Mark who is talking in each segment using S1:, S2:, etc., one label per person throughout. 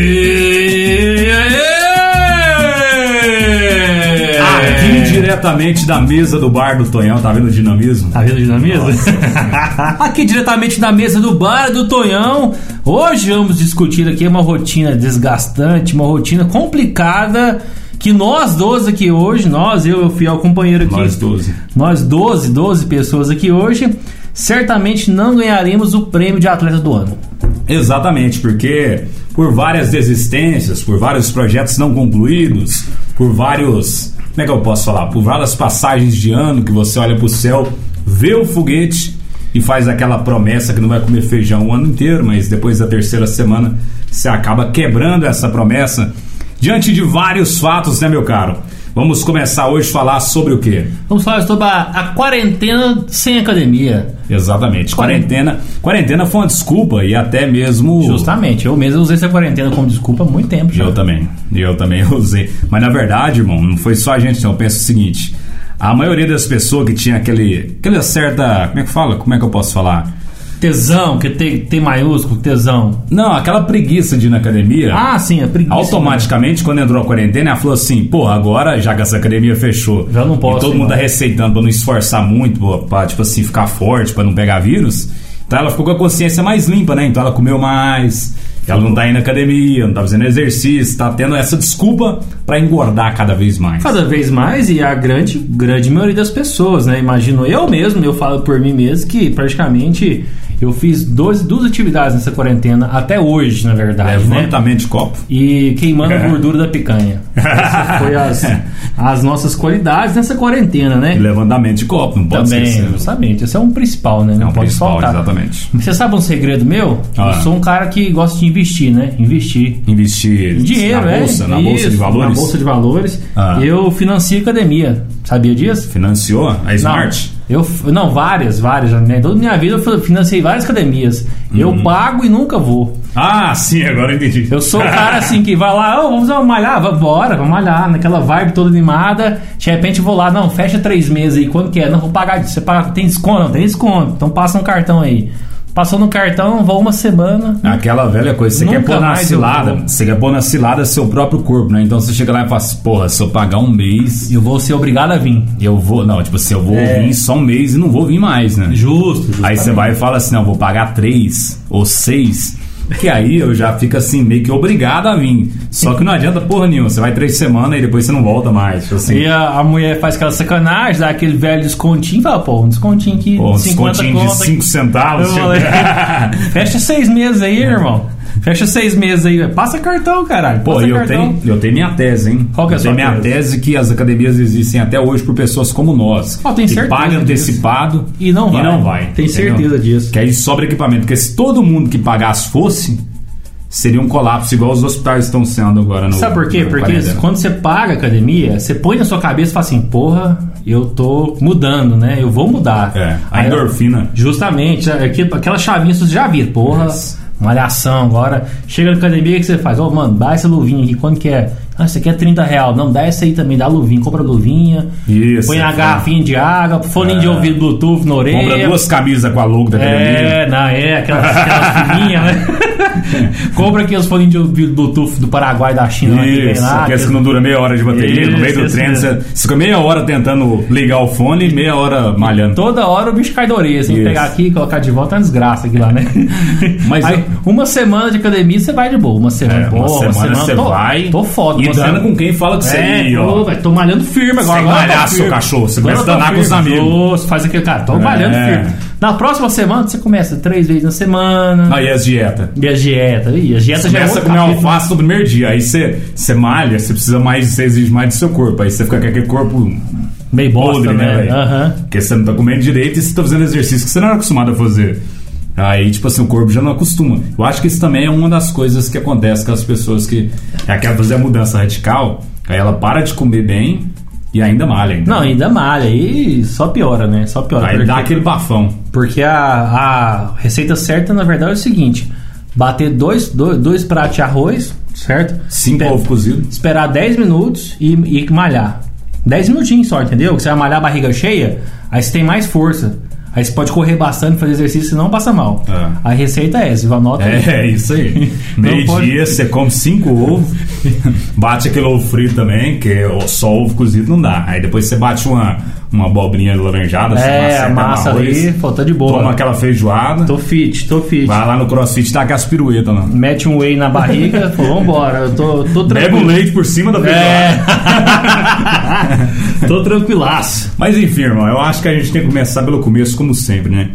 S1: E... É.
S2: Aqui Ah, diretamente da mesa do bar do Tonhão, tá vendo o dinamismo?
S1: Tá vendo o dinamismo? aqui diretamente da mesa do bar do Tonhão. Hoje vamos discutir aqui uma rotina desgastante, uma rotina complicada. Que nós 12 aqui hoje, nós, eu e o fiel companheiro aqui.
S2: Nós 12.
S1: Nós 12, 12 pessoas aqui hoje, certamente não ganharemos o prêmio de atleta do ano.
S2: Exatamente, porque por várias desistências, por vários projetos não concluídos, por vários. Como é que eu posso falar? Por várias passagens de ano que você olha pro céu, vê o foguete e faz aquela promessa que não vai comer feijão o ano inteiro, mas depois da terceira semana você acaba quebrando essa promessa diante de vários fatos, né, meu caro? Vamos começar hoje a falar sobre o quê?
S1: Vamos falar sobre a, a quarentena sem academia.
S2: Exatamente. Quarentena. Quarentena foi uma desculpa e até mesmo.
S1: Justamente, eu mesmo usei essa quarentena como desculpa há muito tempo já.
S2: Eu também. Eu também usei. Mas na verdade, irmão, não foi só a gente, não. Eu penso o seguinte: a maioria das pessoas que tinha aquele. aquela certa. Como é que fala? Como é que eu posso falar?
S1: Tesão, que tem, tem maiúsculo, tesão.
S2: Não, aquela preguiça de ir na academia.
S1: Ah, sim, é preguiça.
S2: Automaticamente, quando entrou a quarentena, ela falou assim: pô, agora já que essa academia fechou,
S1: Já não posso
S2: E todo
S1: ir
S2: mundo tá
S1: mais.
S2: receitando pra não esforçar muito, pô, pra, tipo assim, ficar forte, pra não pegar vírus. Então ela ficou com a consciência mais limpa, né? Então ela comeu mais, ela não tá indo na academia, não tá fazendo exercício, tá tendo essa desculpa pra engordar cada vez mais.
S1: Cada vez mais, e a grande, grande maioria das pessoas, né? Imagino eu mesmo, eu falo por mim mesmo, que praticamente eu fiz dois, duas atividades nessa quarentena, até hoje, na verdade, né?
S2: Levantamento de copo.
S1: E queimando a gordura da picanha. Essas foi as, as nossas qualidades nessa quarentena, né?
S2: Levantamento de copo, não pode
S1: Também,
S2: esquecer.
S1: justamente. Esse é um principal, né? Não
S2: É um
S1: pode
S2: principal,
S1: faltar.
S2: exatamente.
S1: Você sabe um segredo meu?
S2: Ah.
S1: Eu sou um cara que gosta de investir, né? Investir.
S2: Investir
S1: Dinheiro,
S2: na
S1: é?
S2: bolsa, na
S1: Isso,
S2: bolsa de valores.
S1: Na bolsa de valores.
S2: Ah.
S1: Eu financio academia. Sabia disso?
S2: Financiou a Smart?
S1: Não, eu, não várias, várias. Né? Toda minha vida eu fi- financiei várias academias.
S2: Uhum.
S1: Eu pago e nunca vou.
S2: Ah, sim, agora eu entendi.
S1: Eu sou o cara assim que vai lá, "Ô, vamos dar uma malhar, vamos bora, vamos malhar, naquela vibe toda animada. De repente eu vou lá, não, fecha três meses aí, quando que é? Não, vou pagar, você paga, tem desconto? Não, tem desconto, então passa um cartão aí. Passou no cartão, vou uma semana.
S2: Aquela velha coisa, você quer
S1: Nunca
S2: pôr na
S1: mais eu
S2: cilada,
S1: vou.
S2: você quer pôr na cilada seu próprio corpo, né? Então você chega lá e fala assim, porra, se eu pagar um mês,
S1: Eu vou ser obrigado a vir.
S2: eu vou. Não, tipo assim, eu vou vir só um mês e não vou vir mais, né?
S1: É. Justo, justo.
S2: Aí você vai e fala assim, não, vou pagar três ou seis. Que aí eu já fico assim, meio que obrigado a vir. Só que não adianta porra nenhuma. Você vai três semanas e depois você não volta mais. Tipo assim,
S1: E a, a mulher faz aquela sacanagem, dá aquele velho descontinho, fala, pô, um descontinho aqui,
S2: pô, um
S1: 50
S2: descontinho de
S1: conto aqui.
S2: cinco centavos.
S1: Eu
S2: tipo-
S1: falei, Fecha seis meses aí,
S2: É.
S1: irmão. Fecha seis meses aí, velho. Passa cartão, caralho.
S2: Pô,
S1: passa
S2: eu
S1: cartão.
S2: tenho, eu tenho minha tese, hein?
S1: Qual que é a
S2: eu
S1: sua
S2: tenho minha
S1: tese?
S2: tese que as academias existem até hoje por pessoas como nós.
S1: Ó, tenho
S2: que
S1: certeza
S2: paga
S1: disso.
S2: antecipado
S1: E não vai.
S2: E não vai.
S1: Tenho
S2: entendeu?
S1: certeza disso.
S2: Que aí sobra equipamento. Porque se todo mundo que pagasse fosse, seria um colapso, igual os hospitais estão sendo agora no.
S1: Sabe por quê?
S2: na
S1: Porque
S2: quarentena.
S1: quando você paga a academia, você põe na sua cabeça e fala assim, porra, eu tô mudando, né? Eu vou mudar.
S2: É, a
S1: Aí,
S2: endorfina.
S1: Justamente, é que- aquela chavinha que você já vira, porra,
S2: Yes.
S1: malhação agora. Chega na academia, o que você faz? Ó, mano, dá essa luvinha aqui, quanto que é? Ah, isso aqui é 30 real. Não, dá essa aí também, dá a luvinha, compra a luvinha.
S2: Isso,
S1: põe a
S2: é,
S1: garrafinha de água, fone de ouvido Bluetooth na orelha.
S2: Compra duas camisas com a logo da academia.
S1: É, não, é, aquelas, aquelas fininhas, né? Compra aqui os fones de ouvido Bluetooth do Paraguai, da China, que vem
S2: Isso,
S1: lá,
S2: aqueles que
S1: aqueles-
S2: não dura meia hora de bateria, no
S1: Isso,
S2: meio do
S1: isso
S2: treino,
S1: mesmo.
S2: você você fica meia hora tentando ligar o fone e meia hora malhando.
S1: Toda hora o bicho cai da orelha. Você tem que
S2: Isso.
S1: pegar aqui e colocar de volta é uma desgraça aqui lá, né?
S2: Mas
S1: Aí,
S2: eu-
S1: uma semana de academia você vai de boa. Uma semana,
S2: É,
S1: boa,
S2: uma semana você
S1: tô-
S2: vai
S1: Tô foda.
S2: E
S1: uma
S2: dana
S1: semana-
S2: com quem fala que você
S1: É,
S2: ia,
S1: pô,
S2: ó.
S1: velho, tô malhando firme agora.
S2: Sem
S1: agora eu tô
S2: malhar, seu
S1: firme.
S2: cachorro, você começa
S1: Agora eu
S2: a
S1: tô
S2: danar com os
S1: firme.
S2: amigos. É.
S1: Nossa, faz aquele cara, tô malhando firme. Na próxima semana você começa três vezes na semana.
S2: Aí as dietas.
S1: E a dieta, e a dieta já é
S2: Começa a
S1: outro
S2: comer
S1: capítulo.
S2: alface no primeiro dia, aí você, você malha, você precisa mais, você exige mais do seu corpo, aí você fica com aquele corpo
S1: Meio bosta,
S2: podre, né,
S1: né?
S2: velho?
S1: Aham.
S2: Porque você não tá comendo direito e você tá fazendo exercício que você não era acostumado a fazer. Aí, tipo assim, o corpo já não acostuma. Eu acho que isso também é uma das coisas que acontece com as pessoas que é, quer fazer a mudança radical, aí ela para de comer bem e ainda malha. ainda.
S1: Não, ainda malha, aí só piora, né? Só piora.
S2: aí
S1: porque
S2: dá aquele bafão.
S1: porque a, a receita certa, na verdade, é o seguinte: bater dois, dois, dois pratos de arroz, certo?
S2: Cinco
S1: Espe-
S2: ovo cozido.
S1: Esperar 10 minutos e, e malhar. 10 minutinhos só, entendeu? Que você vai malhar a barriga cheia, aí você tem mais força. Aí Aí você pode correr bastante, fazer exercício, senão passa mal.
S2: É.
S1: A receita é essa, viu? Anota aí.
S2: É, é isso aí. Meio-dia
S1: pode-
S2: você come cinco ovos, bate aquele ovo frito também, que o- só ovo cozido não dá. Aí depois você bate uma, uma abobrinha laranjada,
S1: É, a massa ali, pô, tá de boa.
S2: toma aquela feijoada,
S1: Tô fit, tô fit.
S2: vai lá no crossfit e dá aquelas piruetas lá.
S1: Mete um whey na barriga, pô, vambora. Eu tô, tô
S2: Bebe um
S1: tranquilo.
S2: leite por cima da feijoada.
S1: É. tô tranquilaço.
S2: Mas enfim, irmão, eu acho que a gente tem que começar pelo começo, como sempre, né?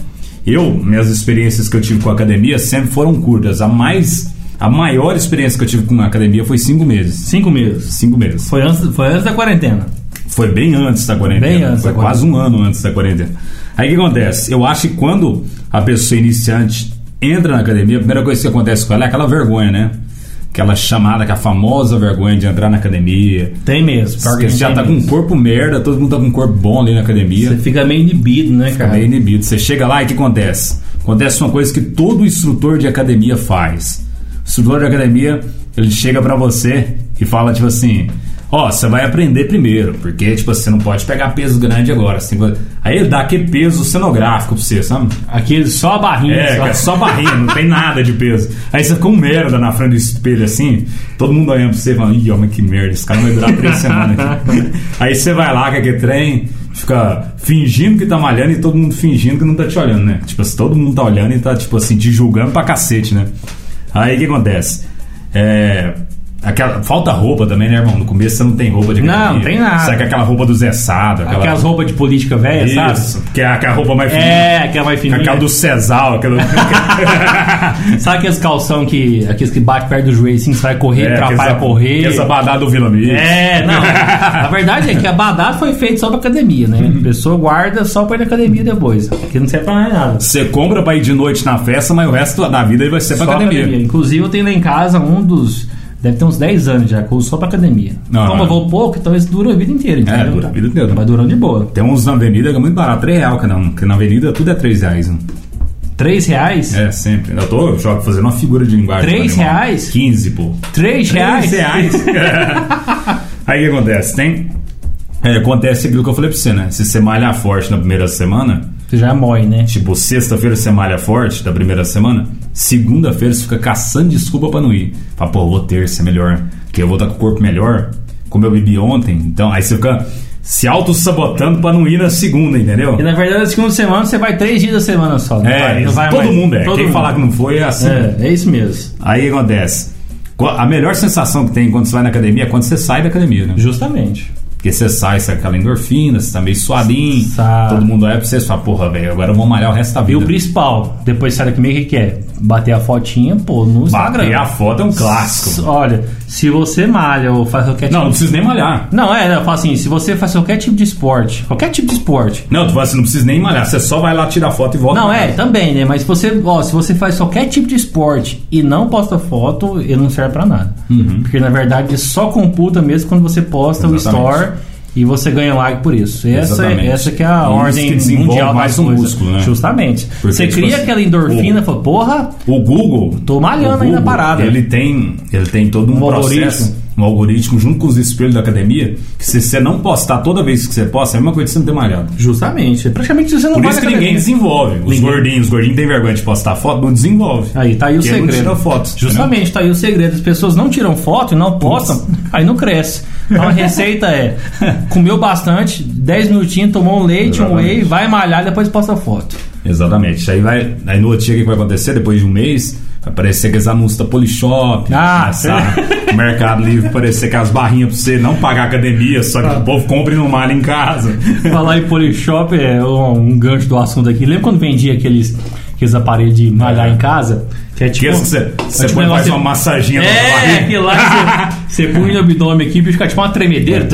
S2: Eu, minhas experiências que eu tive com a academia sempre foram curtas. A mais, a maior experiência que eu tive com a academia foi cinco meses.
S1: Cinco meses.
S2: Cinco meses.
S1: Foi antes, foi antes da quarentena.
S2: Foi bem antes da quarentena.
S1: Bem antes
S2: Foi
S1: da
S2: quase um ano antes da quarentena. Aí o que acontece? Eu acho que quando a pessoa iniciante entra na academia, a primeira coisa que acontece com ela é aquela vergonha, né? Aquela chamada, aquela famosa vergonha de entrar na academia.
S1: Tem mesmo. pior que
S2: Porque você já
S1: tem
S2: tá com um
S1: mesmo.
S2: corpo merda, todo mundo tá com um corpo bom ali na academia.
S1: Você fica meio inibido, né, cara?
S2: É inibido. Você chega lá e o que acontece? Acontece uma coisa que todo instrutor de academia faz. O instrutor de academia, ele chega pra você e fala tipo assim: "Ó, você vai aprender primeiro, porque tipo você não pode pegar peso grande agora, assim. Aí ele dá aquele peso cenográfico pra você, sabe?
S1: Aqui só a barrinha.
S2: É,
S1: só.
S2: cara, só barrinha, não tem nada de peso. Aí você fica um merda na frente do espelho assim, todo mundo olhando pra você e falando, ih, ó, mas que merda, esse cara não vai durar três semanas aqui. Aí você vai lá com aquele trem, fica fingindo que tá malhando e todo mundo fingindo que não tá te olhando, né? Tipo, assim, todo mundo tá olhando e tá, tipo assim, te julgando pra cacete, né? Aí o que acontece? É. Aquela, falta roupa também, né, irmão? No começo você não tem roupa de
S1: Não,
S2: academia.
S1: não tem nada.
S2: Sai com aquela roupa do Zé Sado, aquela.
S1: Aquelas roupas de política velha, sabe?
S2: Isso, que é aquela roupa mais
S1: É, aquela mais fininha.
S2: Aquela do Cesal, aquela.
S1: Sabe aqueles calção que. Aqueles que bate perto do joelho assim, você vai correr, atrapalha a correr.
S2: É, Essa badada do Vila Mix.
S1: É, não. A verdade é que a badada foi feita só pra academia, né?
S2: Uhum.
S1: A pessoa guarda só pra ir na academia depois. Que não serve pra mais nada.
S2: Você compra pra ir de noite na festa, mas o resto da vida ele vai ser pra
S1: Só
S2: É academia.
S1: Inclusive, eu tenho lá em casa um dos. Deve ter uns 10 anos já, que eu uso só pra academia.
S2: Não,
S1: Como
S2: não. É,
S1: eu vou pouco, então isso dura a vida inteira, entendeu?
S2: dura a vida inteira.
S1: Vai durando de boa.
S2: Tem uns na avenida que é muito barato, 3 real cada um. Porque na avenida tudo é 3 reais. né?
S1: 3 reais?
S2: É, sempre. Eu tô eu jogo fazendo uma figura de linguagem.
S1: Três
S2: com animal.
S1: reais?
S2: 15, pô.
S1: 3 reais?
S2: Três reais. Aí o que acontece? Tem. é, acontece aquilo que eu falei pra você, né? Se você malhar forte na primeira semana,
S1: Você já morre, né?
S2: Tipo, sexta-feira você malha forte da primeira semana, segunda-feira você fica caçando desculpa pra não ir. Fala, pô, eu vou terça, é melhor, que eu vou estar com o corpo melhor, como eu bebi ontem. Então, aí você fica se auto-sabotando pra não ir na segunda, entendeu?
S1: E na verdade, na segunda semana, você vai 3 dias da semana só. Não vai,
S2: É,
S1: não vai
S2: todo
S1: mais.
S2: mundo é.
S1: Todo
S2: Quem
S1: mundo.
S2: falar que não foi é assim.
S1: É, é isso mesmo.
S2: Aí o que acontece. Qu- A melhor sensação que tem quando você vai na academia é quando você sai da academia, né?
S1: Justamente.
S2: Porque você sai, sai aquela endorfina, você tá meio suadinho,
S1: Sai.
S2: todo mundo olha pra você e fala, porra, velho, agora eu vou malhar o resto da
S1: E
S2: vida.
S1: o principal, depois sabe que meio que que é? Bater a fotinha, pô, no Instagram.
S2: Bater a foto é um clássico.
S1: S- Olha, se você malha ou faz qualquer
S2: Não,
S1: tipo...
S2: não precisa nem malhar.
S1: Não, é, eu falo assim, se você faz qualquer tipo de esporte, qualquer tipo de esporte...
S2: Não, tu fala assim, não precisa nem malhar, você só vai lá tirar foto e volta.
S1: Não, é, também, né? Mas se você, ó, se você faz qualquer tipo de esporte e não posta foto, ele não serve pra nada.
S2: Uhum.
S1: Porque, na verdade, só computa mesmo quando você posta
S2: Exatamente.
S1: o store e você ganha like por isso. Essa,
S2: Exatamente.
S1: essa que é a
S2: Isso
S1: ordem
S2: que desenvolve
S1: mundial
S2: mais
S1: das
S2: o
S1: coisas.
S2: músculo, né?
S1: Justamente.
S2: Porque,
S1: você
S2: tipo
S1: cria
S2: assim,
S1: aquela endorfina, fala, porra,
S2: O Google.
S1: Tô malhando
S2: o
S1: aí na parada.
S2: Ele tem, ele tem todo um,
S1: Um
S2: processo,
S1: algoritmo.
S2: um algoritmo junto com os espelhos da academia, que se você não postar toda vez que você posta, é a mesma coisa que você não ter malhado.
S1: Justamente. Praticamente você não
S2: Por
S1: Então vai
S2: isso que
S1: na
S2: ninguém
S1: academia.
S2: desenvolve. Os
S1: Ninguém.
S2: gordinhos, os gordinhos têm vergonha de postar foto, não desenvolve.
S1: Aí tá aí o
S2: Porque
S1: segredo.
S2: Não tira foto.
S1: Justamente, tá aí o segredo. As pessoas não tiram foto e não postam, aí não cresce. Então a receita é: comeu bastante, 10 minutinhos, tomou um leite, um whey,
S2: Exatamente.
S1: vai malhar, depois posta foto.
S2: Exatamente. Aí vai. Aí no outro dia o que vai acontecer? Depois de um mês, vai aparecer aqueles anúncios da Polishop,
S1: Ah,
S2: sabe? Mercado Livre, aparecer aquelas barrinhas pra você não pagar academia, só que
S1: Ah.
S2: o povo compra e não malha em casa.
S1: Falar em Polishop é um, um gancho do assunto aqui. Lembra quando vendia aqueles, aqueles aparelhos de malhar em casa? Que é tipo.
S2: Esqueça que você, você
S1: é tipo
S2: põe
S1: um
S2: mais
S1: negócio-
S2: uma massaginha na
S1: É,
S2: barriga.
S1: aquilo lá que você, você põe no abdômen aqui e fica tipo uma tremedeira.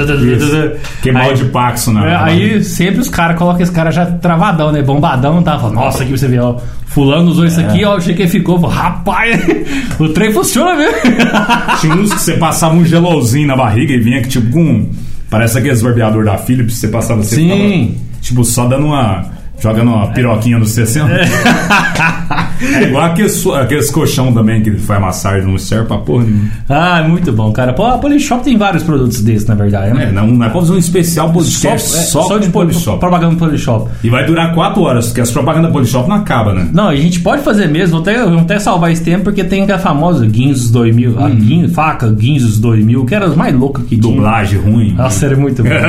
S2: Que mal
S1: Aí-
S2: de paxo na
S1: É,
S2: na barriga.
S1: aí sempre os caras colocam esse cara já travadão, né? Bombadão, tá? Fala, nossa, aqui você vê, ó. Fulano usou isso aqui, ó. Eu achei que ele ficou. Fala, Rapaz, o trem funciona mesmo.
S2: Tinha uns que você passava um gelouzinho na barriga e vinha que tipo com. Parece aqueles barbeador da Philips, você passava assim, você
S1: Sim. É.
S2: ficava, tipo, só dando uma. jogando uma piroquinha no 60. assim, É igual aqueles, aqueles colchão também que faz massagem, não serve pra porra nenhuma.
S1: Ah, é muito bom, cara. Pô, a Polishop tem vários produtos desses, na verdade. né?
S2: É, não, não é pra fazer um especial
S1: Só, é,
S2: podcast
S1: só,
S2: só,
S1: de
S2: com
S1: poli-
S2: Polishop.
S1: propaganda do Polishop.
S2: E vai durar quatro horas, porque as propagandas Polishop não acaba, né?
S1: Não, a gente pode fazer mesmo, vou até, vamos até salvar esse tempo, porque tem a famosa Guinzos 2000, a Guin- faca Guinzos 2000, que era as mais loucas que tinha.
S2: Dublagem ruim.
S1: Nossa, era muito bom. V-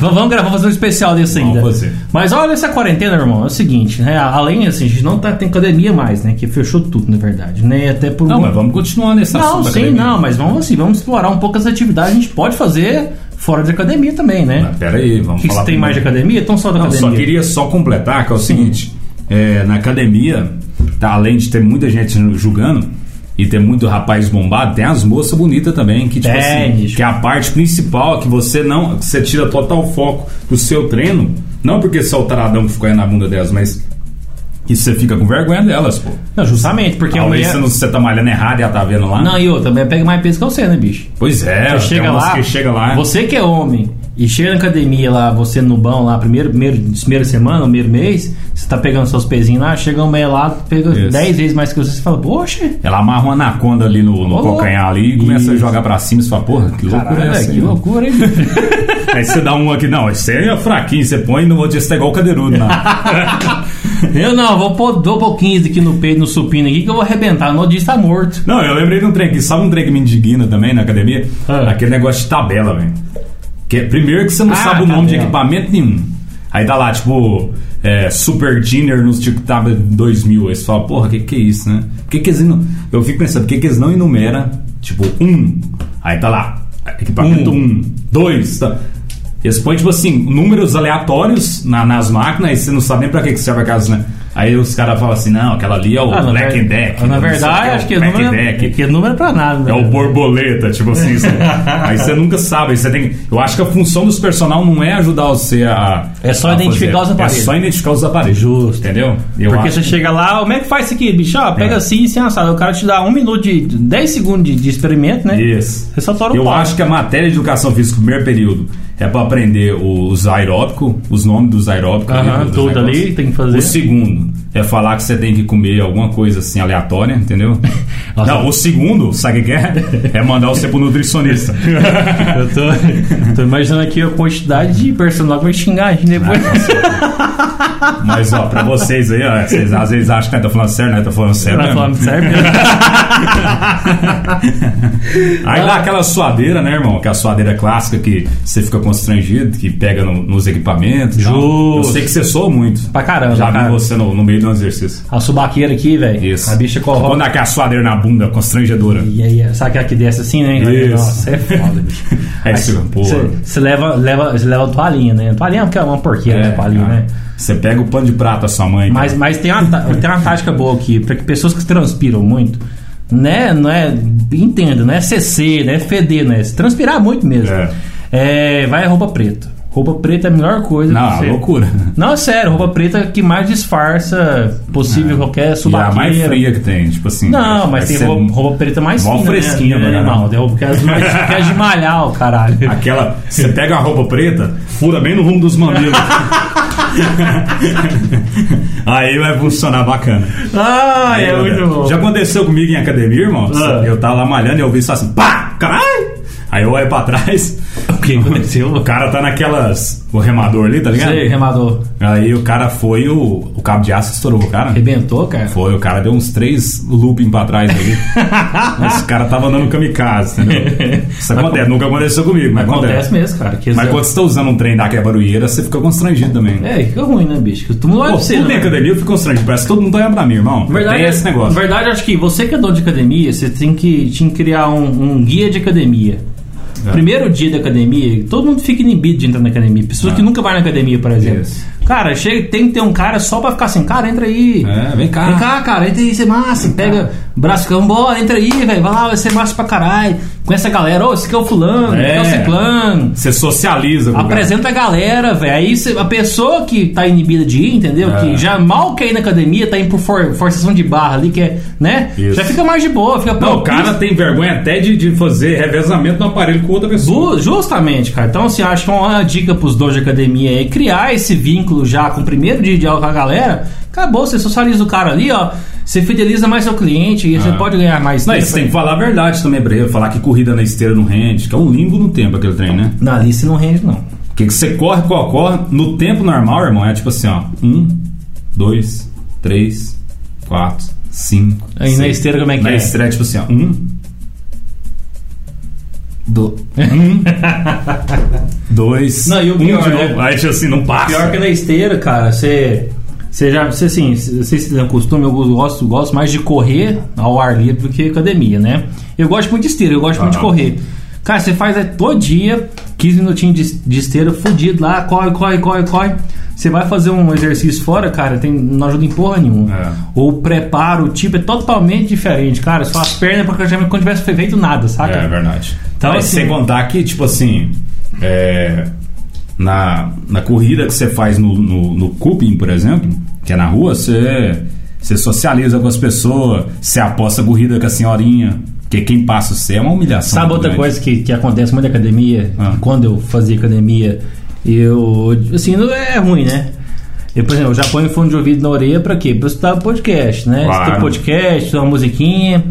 S1: vamos gravar, vamos fazer um especial desse
S2: Vamos
S1: ainda.
S2: fazer.
S1: Mas olha essa quarentena, irmão. É o seguinte, né? Além assim, a gente não tá, tem academia mais, né? Que fechou tudo, na verdade. Né? Até por.
S2: Não, mas vamos continuar nessa
S1: Não, sim, não, mas vamos assim, vamos explorar um pouco as atividades que a gente pode fazer fora de academia também, né?
S2: Mas pera aí,
S1: O
S2: vamos
S1: que, que
S2: falar.
S1: você tem mais de
S2: primeiro.
S1: academia? Então só da
S2: Não,
S1: academia.
S2: só queria só completar que é o seguinte: é, na academia, tá, além de ter muita gente julgando e ter muito rapaz bombado, tem as moças bonitas também, que tipo
S1: Tem,
S2: assim,
S1: bicho.
S2: que é a parte principal, que você não, que você tira total foco do seu treino, não porque você é o taradão que ficou aí na bunda delas, mas que você fica com vergonha delas, pô.
S1: Não, justamente, porque a
S2: Talvez
S1: mulher.
S2: você, não, você tá malhando errado e ela tá vendo lá.
S1: Não, e outra, também pega mais peso que você, né, bicho?
S2: Pois é, tem
S1: Você chega
S2: umas
S1: lá,
S2: que chega lá.
S1: Você que é homem e chega na academia lá, você no bão lá, primeiro, primeiro, primeira semana, primeiro mês, você tá pegando seus pezinhos lá, chega um meio lá, pega
S2: Isso.
S1: 10 vezes mais que você, você fala, poxa,
S2: Ela amarra uma anaconda ali no, no
S1: Ô,
S2: calcanhar ali e começa a
S1: isso.
S2: jogar pra cima e você fala, porra, que loucura
S1: caralho,
S2: é essa?
S1: velho,
S2: aí,
S1: que
S2: mano?"
S1: loucura, hein?
S2: Aí você dá um aqui, não, esse aí é fraquinho, você põe no outro, esse tá igual o cadeirudo, não.
S1: eu não, vou pôr double 15 aqui no peito, no supino aqui, que eu vou arrebentar, no outro dia está morto.
S2: não, eu lembrei de um trem que sabe um trem que me indigna também na academia?
S1: Ah.
S2: Aquele negócio de tabela, velho. Que é- primeiro que você não
S1: Ah,
S2: sabe o nome de
S1: tabela.
S2: equipamento nenhum. Aí tá lá, tipo, é, Super Dinner nos tipo, tava 2000. Aí você fala, porra, que que é isso, né? Por que que eles não... Eu fico pensando, por que que eles não enumeram, tipo, um? Aí tá lá, equipamento
S1: Um.
S2: um, dois, tá... Eles põem, tipo assim, números aleatórios na- nas máquinas e você não sabe nem pra que, que serve aquelas, né? Aí os caras falam assim, não, aquela ali é o
S1: Ah, na
S2: Black
S1: ver-
S2: Deck.
S1: Na
S2: não sei o
S1: verdade,
S2: é o
S1: acho que o
S2: Black
S1: número
S2: Deck.
S1: é que número é pra nada. né?
S2: É o borboleta, tipo assim. isso- aí você nunca sabe. aí Você tem, que- eu acho que a função dos personal não é ajudar você a.
S1: É só
S2: a
S1: identificar os aparelhos.
S2: É só identificar os aparelhos.
S1: Justo.
S2: Entendeu? Eu
S1: Porque
S2: acho
S1: você
S2: que-
S1: chega lá, como é que faz isso aqui, bicho? Ó, pega
S2: É.
S1: assim e sem assado. O cara te dá um minuto de 10 segundos de, de experimento, né?
S2: é Isso.
S1: Você só tora o
S2: Eu
S1: pau.
S2: acho que a matéria de educação física, o primeiro período, é pra aprender os aeróbicos, os nomes dos aeróbicos.
S1: Aham,
S2: dos
S1: tudo
S2: negócios.
S1: ali, tem que fazer.
S2: O segundo é falar que você tem que comer alguma coisa assim aleatória, entendeu?
S1: Nossa.
S2: Não, o segundo, sabe o que é? É mandar você pro nutricionista.
S1: Eu tô, tô imaginando aqui a quantidade de personal que vai xingar a gente depois.
S2: Ah, Mas, ó, pra vocês aí, ó, vocês às vezes acham que eu tô falando sério, né? Eu tô falando sério.
S1: Pra
S2: mesmo.
S1: falar Tá sério mesmo.
S2: Aí dá aquela suadeira, né, irmão? Que é a suadeira clássica que você fica constrangido, que pega no- nos equipamentos. e tal.
S1: Justo.
S2: Eu sei que você soa muito.
S1: Pra caramba,
S2: Já vi
S1: cara.
S2: você no, no meio do exercício.
S1: A subaqueira aqui, velho.
S2: Isso.
S1: A bicha
S2: Quando
S1: corroda.
S2: dá aquela suadeira na bunda, constrangedora.
S1: E aí, sabe aquela que desce assim, né?
S2: Isso.
S1: Nossa, é foda, bicho.
S2: Aí você, pô.
S1: Você leva, leva, você leva a toalhinha, né? Toalhinha porque é uma porqueira, né? Toalhinha,
S2: cara.
S1: né?
S2: Você pega o pano de prato da sua mãe.
S1: Mas, mas tem, uma, ta- tem uma tática boa aqui, para que pessoas que transpiram muito, né? Não é. Entenda, não é CC, não é feder, né? Se transpirar muito mesmo.
S2: É.
S1: É, vai roupa preta. Roupa preta é a melhor coisa
S2: Não,
S1: pra
S2: é
S1: você-
S2: loucura.
S1: Não, é sério, roupa preta é a que mais disfarça possível qualquer
S2: E é a
S1: subaqueira.
S2: mais fria que tem, tipo assim.
S1: Não, mas
S2: aí
S1: tem
S2: você-
S1: roupa, roupa preta mais
S2: Mó
S1: fina. né?
S2: fresquinha,
S1: né?
S2: né,
S1: Não, tem roupa que é as mais- que é de malhar, o caralho.
S2: Aquela, você pega a roupa preta, fura bem no rumo dos mamilos. Aí vai funcionar bacana.
S1: Ah, é muito bom.
S2: Já aconteceu comigo em academia, irmão.
S1: Ah.
S2: Eu tava lá malhando e eu ouvi só assim, pá, caralho! Aí eu olho pra trás,
S1: O que aconteceu?
S2: o cara tá naquelas. O remador ali, tá ligado?
S1: Sei, remador.
S2: Aí o cara foi, o, o cabo de aço estourou o cara.
S1: Arrebentou, cara?
S2: Foi, o cara deu uns três looping pra trás ali. Esse cara tava andando kamikaze, entendeu? Isso acontece, nunca aconteceu comigo, mas
S1: Acontece mesmo, cara. que
S2: Mas
S1: eles-
S2: quando você tá usando um trem daquela barulheira, você fica constrangido também.
S1: É, fica ruim, né, bicho? Todo mundo olha
S2: Pô,
S1: pra você,
S2: tudo em
S1: né?
S2: academia eu fico constrangido. Parece que todo mundo olha pra mim, irmão.
S1: Verdade, é-
S2: Tem esse negócio.
S1: verdade, acho que você que é dono de academia, você tem que, tinha que criar um, um guia de academia.
S2: É.
S1: Primeiro dia da academia, todo mundo fica inibido de entrar na academia. Pessoa que nunca vai na academia, por exemplo.
S2: É. Isso.
S1: Cara, chega, tem que ter um cara só pra ficar assim, cara, entra aí.
S2: É, vem cá.
S1: Vem cá, cara, entra aí, você é massa. Pega o braço, cambora, entra aí, velho. Vai lá, vai ser massa pra caralho. Conhece a galera, ô, esse aqui é o fulano, esse aqui é o ciclano.
S2: Você socializa com o cara.
S1: Apresenta a galera, velho. Aí cê- a pessoa que tá inibida de ir, entendeu?
S2: É.
S1: Que já mal quer ir na academia, tá indo por for- forçação de barra ali, que é, né?
S2: Isso.
S1: Já fica mais de boa, fica
S2: Não,
S1: pô,
S2: o cara tem vergonha até de, de fazer revezamento no aparelho com outra pessoa.
S1: Ju- Justamente, cara. Então, assim, acho que uma dica pros donos de academia é criar esse vínculo vínculo já com o primeiro dia de aula com a galera, acabou, você socializa o cara ali, ó. Você fideliza mais seu cliente e você pode ganhar mais
S2: É. Não,
S1: tempo.
S2: isso tem que falar a verdade também pra ele. Falar que corrida na esteira não rende, que é um limbo no tempo aquele trem, né?
S1: Na Alice não rende, não.
S2: Porque você corre, corre, corre. No tempo normal, irmão, é tipo assim, ó. Um, dois, três, quatro, cinco.
S1: Aí na
S2: seis.
S1: esteira como é que
S2: Na
S1: é?
S2: esteira é tipo assim, ó. Um. Do, um. dois.
S1: Não, e o
S2: um
S1: pior,
S2: de
S1: né?
S2: novo. Aí tipo assim, não passa.
S1: Pior que na esteira, cara, você. Você já. Você assim, não sei se tem um costume, eu gosto, gosto mais de correr ao ar livre do que academia, né? Eu gosto muito de esteira, eu gosto muito de
S2: Ah.
S1: correr. Cara, você faz é, todo dia 15 minutinhos de, de esteira, fudido lá, corre, corre, corre, corre. Você vai fazer um exercício fora, cara, tem, não ajuda em porra nenhuma.
S2: É.
S1: Ou o preparo, o tipo, é totalmente diferente, cara. Só as pernas pra que quando tivesse feito nada, saca?
S2: É, é verdade.
S1: Então,
S2: Então,
S1: assim-
S2: sem contar que, tipo assim, é, na, na corrida que você faz no, no, no cupim, por exemplo, que é na rua, você, você socializa com as pessoas, você aposta corrida com a senhorinha, porque quem passa você é uma humilhação.
S1: Sabe
S2: muito
S1: outra
S2: grande.
S1: coisa que, que acontece muito na academia?
S2: Ah.
S1: Que Quando eu fazia academia, eu. Assim, não é ruim, né? Eu, por exemplo, eu já ponho fone de ouvido na orelha pra quê? Pra escutar podcast, né?
S2: Claro.
S1: Escutar podcast, escutar uma musiquinha.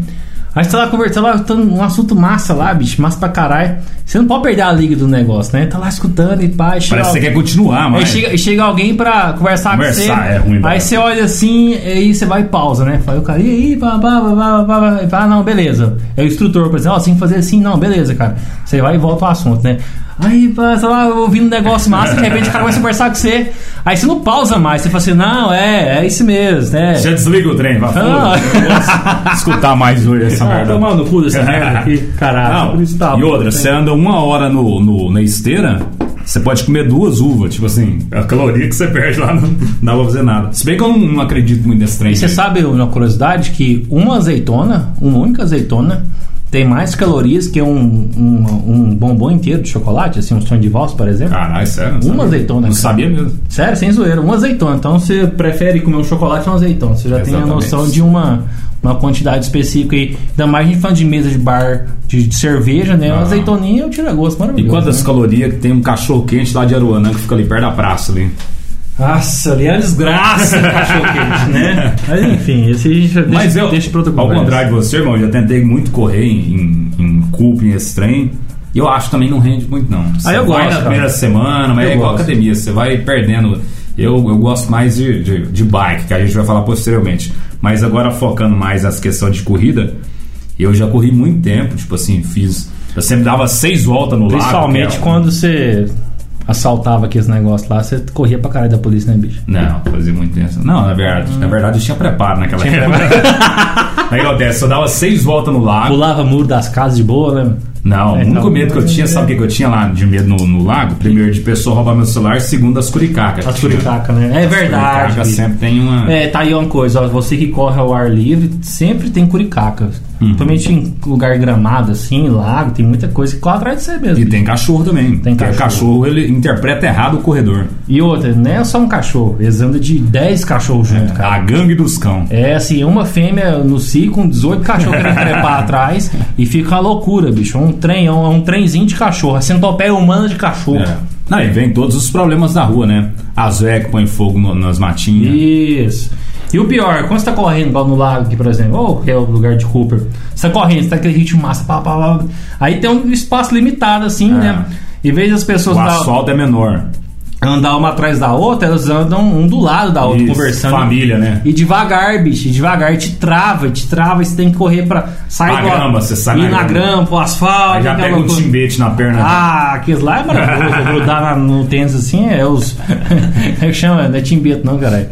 S1: Aí você tá lá conversando, lá, tá um assunto massa lá, bicho, massa pra caralho. Você não pode perder a liga do negócio, né? Tá lá escutando e pá, e chega
S2: Parece que você
S1: alguém-
S2: quer continuar,
S1: Aí
S2: mas.
S1: chega, e chega alguém pra conversar,
S2: Conversar,
S1: com você.
S2: é ruim,
S1: aí
S2: né?
S1: você olha assim, e aí você vai e pausa, né? Fala, o cara, e aí, pá, pá, pá, pá, pá, pá, pá, ah, não, beleza. É o instrutor, por exemplo, ó, você tem que fazer assim, não, beleza, cara. Você vai e volta ao assunto, né? Aí, pá, sei lá, ouvindo um negócio massa, de repente o cara começa a conversar com você. Aí você não pausa mais, você fala assim, não, é, é isso mesmo, né?
S2: Já desliga o trem, vá
S1: Ah.
S2: foda-se, eu não vou escutar mais hoje essa
S1: Ah,
S2: merda.
S1: tomar no cu dessa merda aqui, caralho.
S2: Não,
S1: Por isso tá
S2: e
S1: bom,
S2: outra,
S1: né?
S2: você anda uma hora no, no- na esteira, você pode comer duas uvas, tipo assim, a caloria que você perde lá não dá pra fazer nada. Se bem que eu não, não acredito muito nesse trem.
S1: E você
S2: aí.
S1: sabe uma curiosidade que uma azeitona, uma única azeitona, tem mais calorias que um, um, um bombom inteiro de chocolate, assim, um sonho de valsa, por exemplo.
S2: Caralho, é sério. não
S1: Uma
S2: sabia.
S1: azeitona,
S2: Não
S1: cara.
S2: sabia mesmo.
S1: Sério, sem zoeira, uma azeitona. Então você prefere comer um chocolate ou uma azeitona. Você já tem a
S2: Exatamente.
S1: noção de uma, uma quantidade específica aí. Ainda mais a gente falando de mesa de bar, de, de cerveja, né? Uma
S2: Ah.
S1: azeitoninha eu tiro gosto,
S2: E
S1: maravilhoso.
S2: quantas
S1: né?
S2: calorias que tem um cachorro quente lá de Aruanã que fica ali perto da praça ali?
S1: Nossa, ali é uma desgraça do cachorro quente, né? Mas enfim, esse a gente já deixa,
S2: Mas eu,
S1: deixa pra outra
S2: ao
S1: conversa.
S2: contrário de você, irmão, eu já tentei muito correr em, em, em Cup, em esse trem. E eu acho que também não rende muito, não. Você
S1: Ah, eu
S2: vai
S1: gosto,
S2: na
S1: cara.
S2: primeira semana, mas
S1: Eu
S2: é igual
S1: gosto.
S2: academia, você vai perdendo. Eu, eu gosto mais de, de, de bike, que a gente vai falar posteriormente. Mas agora focando mais nas questões de corrida, eu já corri muito tempo, tipo assim, fiz. Eu sempre dava seis voltas no lago.
S1: Principalmente
S2: que é-
S1: quando você assaltava aqueles negócios lá, você corria pra caralho da polícia, né, bicho?
S2: Não, fazia muito tempo. Não, na verdade, na verdade eu tinha preparo naquela
S1: Tinha
S2: época. Aí acontece, eu dava seis voltas no lago.
S1: Pulava muro das casas de boa, né?
S2: Não,
S1: É,
S2: o único
S1: então-
S2: medo que eu tinha, sabe o que que eu tinha lá de medo no, no lago? Primeiro, de pessoa roubar meu celular, segundo, as curicacas.
S1: As curicaca, né? É
S2: As
S1: verdade.
S2: curicacas
S1: bicho.
S2: sempre tem uma.
S1: É, tá aí uma coisa, ó, você que corre ao ar livre, sempre tem curicaca. Principalmente em lugar gramado, assim, lago, tem muita coisa que corre atrás de você mesmo.
S2: E tem cachorro também.
S1: Tem
S2: Porque
S1: cachorro.
S2: O cachorro ele interpreta errado o corredor.
S1: E outra, não é só um cachorro, eles andam de 10 cachorros junto, cara.
S2: A gangue dos cão.
S1: É assim, uma fêmea no cio com 18 cachorros querendo trepar atrás e fica uma loucura, bicho. É Um trem, é um, é um trenzinho de cachorro, a centopeia humana de cachorro.
S2: É. Não, e vem todos os problemas da rua, né? A Zé que põe fogo no- nas matinhas.
S1: Isso. E o pior, quando você tá correndo igual no lago aqui, por exemplo, ou que é o lugar de Cooper, você tá correndo, você tá aquele ritmo massa, pá, pá, pá. aí tem um espaço limitado, assim, né? Em vez das pessoas
S2: O
S1: dar-
S2: asfalto é menor.
S1: andar uma atrás da outra, elas andam um do lado da outra,
S2: Isso,
S1: conversando.
S2: Família, né?
S1: E devagar, bicho, e devagar te trava, te trava, e você tem que correr pra sair
S2: Na
S1: do-
S2: grama, você sai
S1: ir
S2: na
S1: na
S2: grama.
S1: grama, pro asfalto,
S2: Aí já
S1: aquela
S2: pega um
S1: loucura.
S2: timbete na perna.
S1: Ah, aqueles lá é maravilhoso. Grudar na- no tênis assim é os. Como é que chama? Não é timbeto, não, caralho.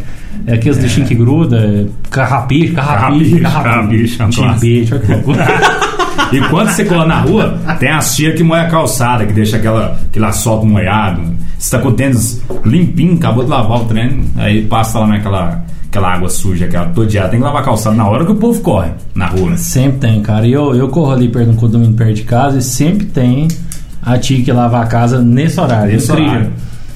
S1: É aqueles lixinhos que gruda, é carrapicho, carrapicho,
S2: Carrapicho, carrapicho, é um clássico.
S1: Timbete, olha que loucura.
S2: E quando você cola na rua, tem as tia que moe a calçada, que deixa aquela, aquele asfalto molhado. Você tá com o tênis limpinho, acabou de lavar o treino, aí passa lá naquela aquela água suja, aquela todeada. Tem que lavar a calçada na hora que o povo corre na rua. né?
S1: Sempre tem, cara. E eu, eu corro ali perto do condomínio perto de casa e sempre tem a tia que lava a casa nesse horário.
S2: Esse
S1: incrível.
S2: horário.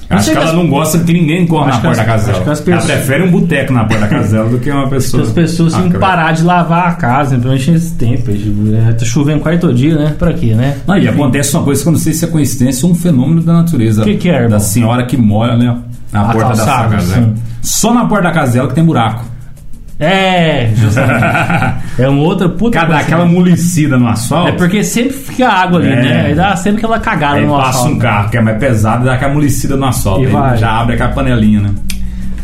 S1: Não
S2: Acho
S1: sei
S2: que ela
S1: das-
S2: não gosta que ninguém corre
S1: Acho
S2: na
S1: que
S2: porta
S1: as-
S2: da casa
S1: acho
S2: dela.
S1: que as
S2: Ela
S1: pessoas-
S2: prefere um boteco na porta da casa dela do que uma pessoa.
S1: As pessoas têm
S2: Ah,
S1: que
S2: cara.
S1: parar de lavar a casa, principalmente nesse tempo. É, Tá chovendo quase todo dia, né? Pra quê, né?
S2: Não, e acontece uma coisa que eu não sei se é coincidência ou um fenômeno da natureza.
S1: Que que é, irmão?
S2: Da senhora que mora, né? Na
S1: A
S2: porta da sua
S1: calçada,
S2: casa. né?
S1: sim.
S2: Só na porta da casa dela que tem buraco.
S1: É, justamente. é uma outra puta
S2: Cada
S1: coisa.
S2: aquela mulicida no asfalto.
S1: É porque sempre fica água ali,
S2: É.
S1: né? Aí dá sempre aquela cagada
S2: Aí
S1: no
S2: passa
S1: asfalto.
S2: um carro que é mais pesado, dá aquela mulicida no asfalto.
S1: E
S2: Aí
S1: vai.
S2: já abre aquela panelinha, né?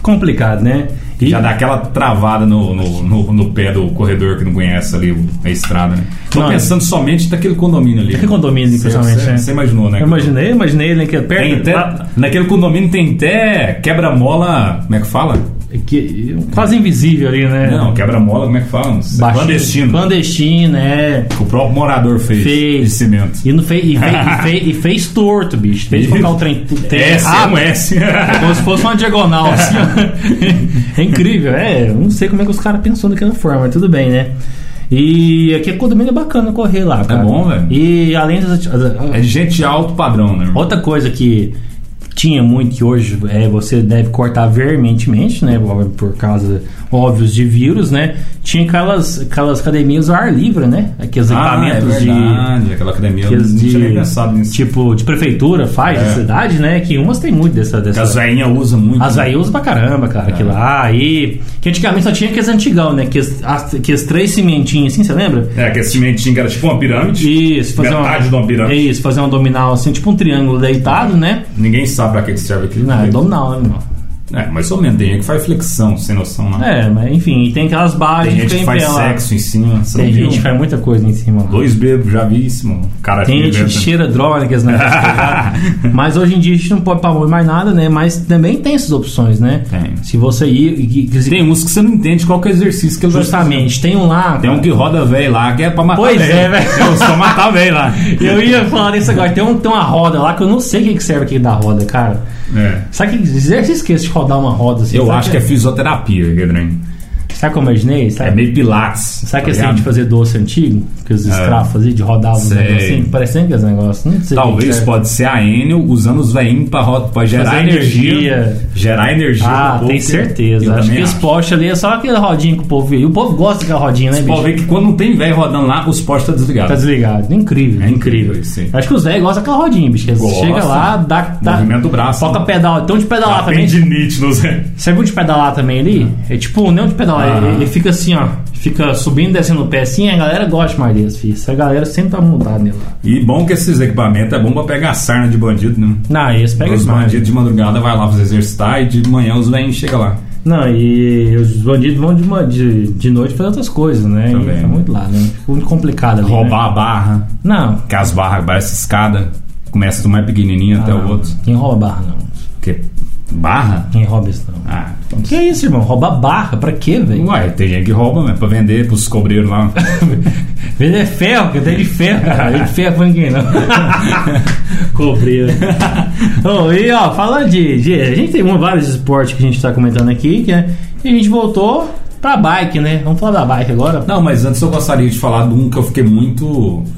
S1: Complicado, né? E,
S2: Já dá aquela travada no, no, no- no pé do corredor que não conhece ali o- a estrada, né? Tô
S1: Não,
S2: pensando somente daquele condomínio ali.
S1: Que condomínio,
S2: Você-
S1: principalmente,
S2: você-
S1: né?
S2: Você imaginou, né?
S1: Eu imaginei, imaginei, né? Que perto,
S2: Tem até-
S1: lá-
S2: naquele condomínio tem até quebra-mola. Como é que fala?
S1: que- quase invisível ali, né?
S2: Não, quebra-mola, como é que fala?
S1: Baixinho.
S2: Clandestino.
S1: Clandestino, é.
S2: que O próprio morador fez.
S1: Fez.
S2: De cimento.
S1: E, não fez, e, fez, e, fez, e fez torto, bicho. Fez colocar o trem. trem
S2: S, é
S1: errado,
S2: um S.
S1: Como se fosse uma diagonal, assim, ó. É incrível, é. eu Não sei como é que os caras pensou daquela forma, mas tudo bem, né? E aqui é condomínio é bacana correr lá, cara.
S2: bom, velho.
S1: E além das. ati-
S2: é de gente de alto padrão, né? irmão?
S1: Outra coisa que tinha muito que hoje é, você deve cortar veementemente, né? por- Por causa óbvios de vírus, né? Tinha aquelas, aquelas academias ao ar livre, né? Aqueles equipamentos
S2: é
S1: de
S2: verdade, Aquela academia. Eu
S1: que
S2: não
S1: as
S2: tinha nem
S1: de,
S2: pensado nisso.
S1: tipo de prefeitura faz
S2: É.
S1: de cidade, né? Que umas tem muito dessa
S2: Que a
S1: dessa.
S2: Zainha usa muito. né?
S1: As aí usa pra caramba, cara,
S2: É.
S1: aquilo lá. Aí, que antigamente só tinha aqueles antigão, né? Que as, as- que as três cimentinhas assim, você lembra?
S2: É, que esse cimentinho que era tipo uma pirâmide.
S1: Isso, fazer
S2: Metade de
S1: uma,
S2: uma pirâmide.
S1: Isso, fazer um abdominal assim, tipo um triângulo deitado, né?
S2: Ninguém sabe pra que que serve aquilo.
S1: Não, é abdominal, né, irmão?
S2: É, mais ou menos. Tem gente que faz flexão, sem noção, né?
S1: É, mas enfim, e tem aquelas barras
S2: Tem
S1: de
S2: gente que faz
S1: lá.
S2: sexo em cima. Você
S1: Tem
S2: não viu?
S1: gente que faz muita coisa em cima. lá.
S2: Dois bebos, já vi isso, mano. Cara,
S1: Tem
S2: que
S1: gente que
S2: inventa.
S1: cheira drogas, né? Mas hoje em dia a gente não pode pra mão mais nada, né? Mas também tem essas opções, né?
S2: Tem.
S1: Se você ir. e- e-
S2: Tem uns que você não entende qual que é o exercício que ele vai
S1: Justamente, tem um lá.
S2: fazer. Tem um que roda velho lá, que é pra matar
S1: Pois
S2: véio.
S1: é, velho.
S2: É só matar velho lá.
S1: Eu ia falar isso agora. Tem, um, tem uma roda lá que eu não sei o que que serve aquele da roda, cara.
S2: É.
S1: Sabe que exercício que é esse de rodar uma roda assim?
S2: Eu
S1: sabe
S2: acho que é fisioterapia, Guedrinho.
S1: Sabe como eu imaginei? Sabe,
S2: É meio pilates.
S1: sabe que
S2: tá
S1: assim de
S2: ligado? É.
S1: fazer doce antigo? Que os escravos faziam de rodar uns
S2: Sei.
S1: negócios assim? Parecendo que é negócios. Não sei o que é. que
S2: Talvez
S1: serve.
S2: pode ser a Enel usando os veinhos pra, ro- pra gerar
S1: né? Fazer
S2: energia,
S1: energia.
S2: Gerar energia.
S1: Ah,
S2: pro povo,
S1: tem
S2: que-
S1: certeza.
S2: eu
S1: Acho
S2: também
S1: que esse poste ali é só aquela rodinha que o povo vê. E o povo gosta daquela rodinha, né,
S2: Você
S1: bicho?
S2: pode ver que quando não tem velho rodando lá, os postes estão
S1: Tá
S2: desligados.
S1: desligado. Incrível,
S2: É incrível
S1: incrível.
S2: isso, sim.
S1: Acho que os velhos gostam daquela rodinha, bicho. que eles
S2: Gosta.
S1: Chega lá, dá. dá
S2: Movimento do braço.
S1: Tá. Toca
S2: né?
S1: pedal. Tem um de pedalar
S2: Tá
S1: também.
S2: bem de nítido, Zé.
S1: Sabe um de pedalar também ali? É tipo, não de pedalar.
S2: Aham.
S1: Ele, ele fica assim, ó. Fica subindo e descendo o pé assim. A galera gosta mais desse, filho. Essa galera sempre tá montada nele lá.
S2: E bom que esses equipamentos é bom pra pegar sarna de bandido, né?
S1: Não, esse pega
S2: os
S1: demais.
S2: bandidos de madrugada vai lá pra se exercitar e de manhã os velhinhos chegam lá.
S1: Não, e os bandidos vão de, uma- de, de noite fazer outras coisas, né?
S2: Também.
S1: E Tá muito lá, né? Fica muito complicado ali. né?
S2: Roubar a barra,
S1: Não.
S2: que as barras parecem escada. Começa do mais pequenininho até o
S1: não.
S2: É outro.
S1: Quem rouba barra não.
S2: Que barra?
S1: Quem rouba isso não.
S2: Ah, então-
S1: Que é isso, irmão? Roubar barra? Pra quê, velho?
S2: Uai, tem gente que rouba, mas pra vender pros cobreiros lá.
S1: Vender é ferro, que eu tenho de ferro, cara. Eu de ferro pra ninguém não.
S2: né?
S1: Cobreiro. Ô, e ó, falando de, de- A gente tem um- vários esportes que a gente tá comentando aqui, que é, e a gente voltou pra bike, né? Vamos falar da bike agora.
S2: Não, mas antes eu gostaria de falar de um que eu fiquei muito.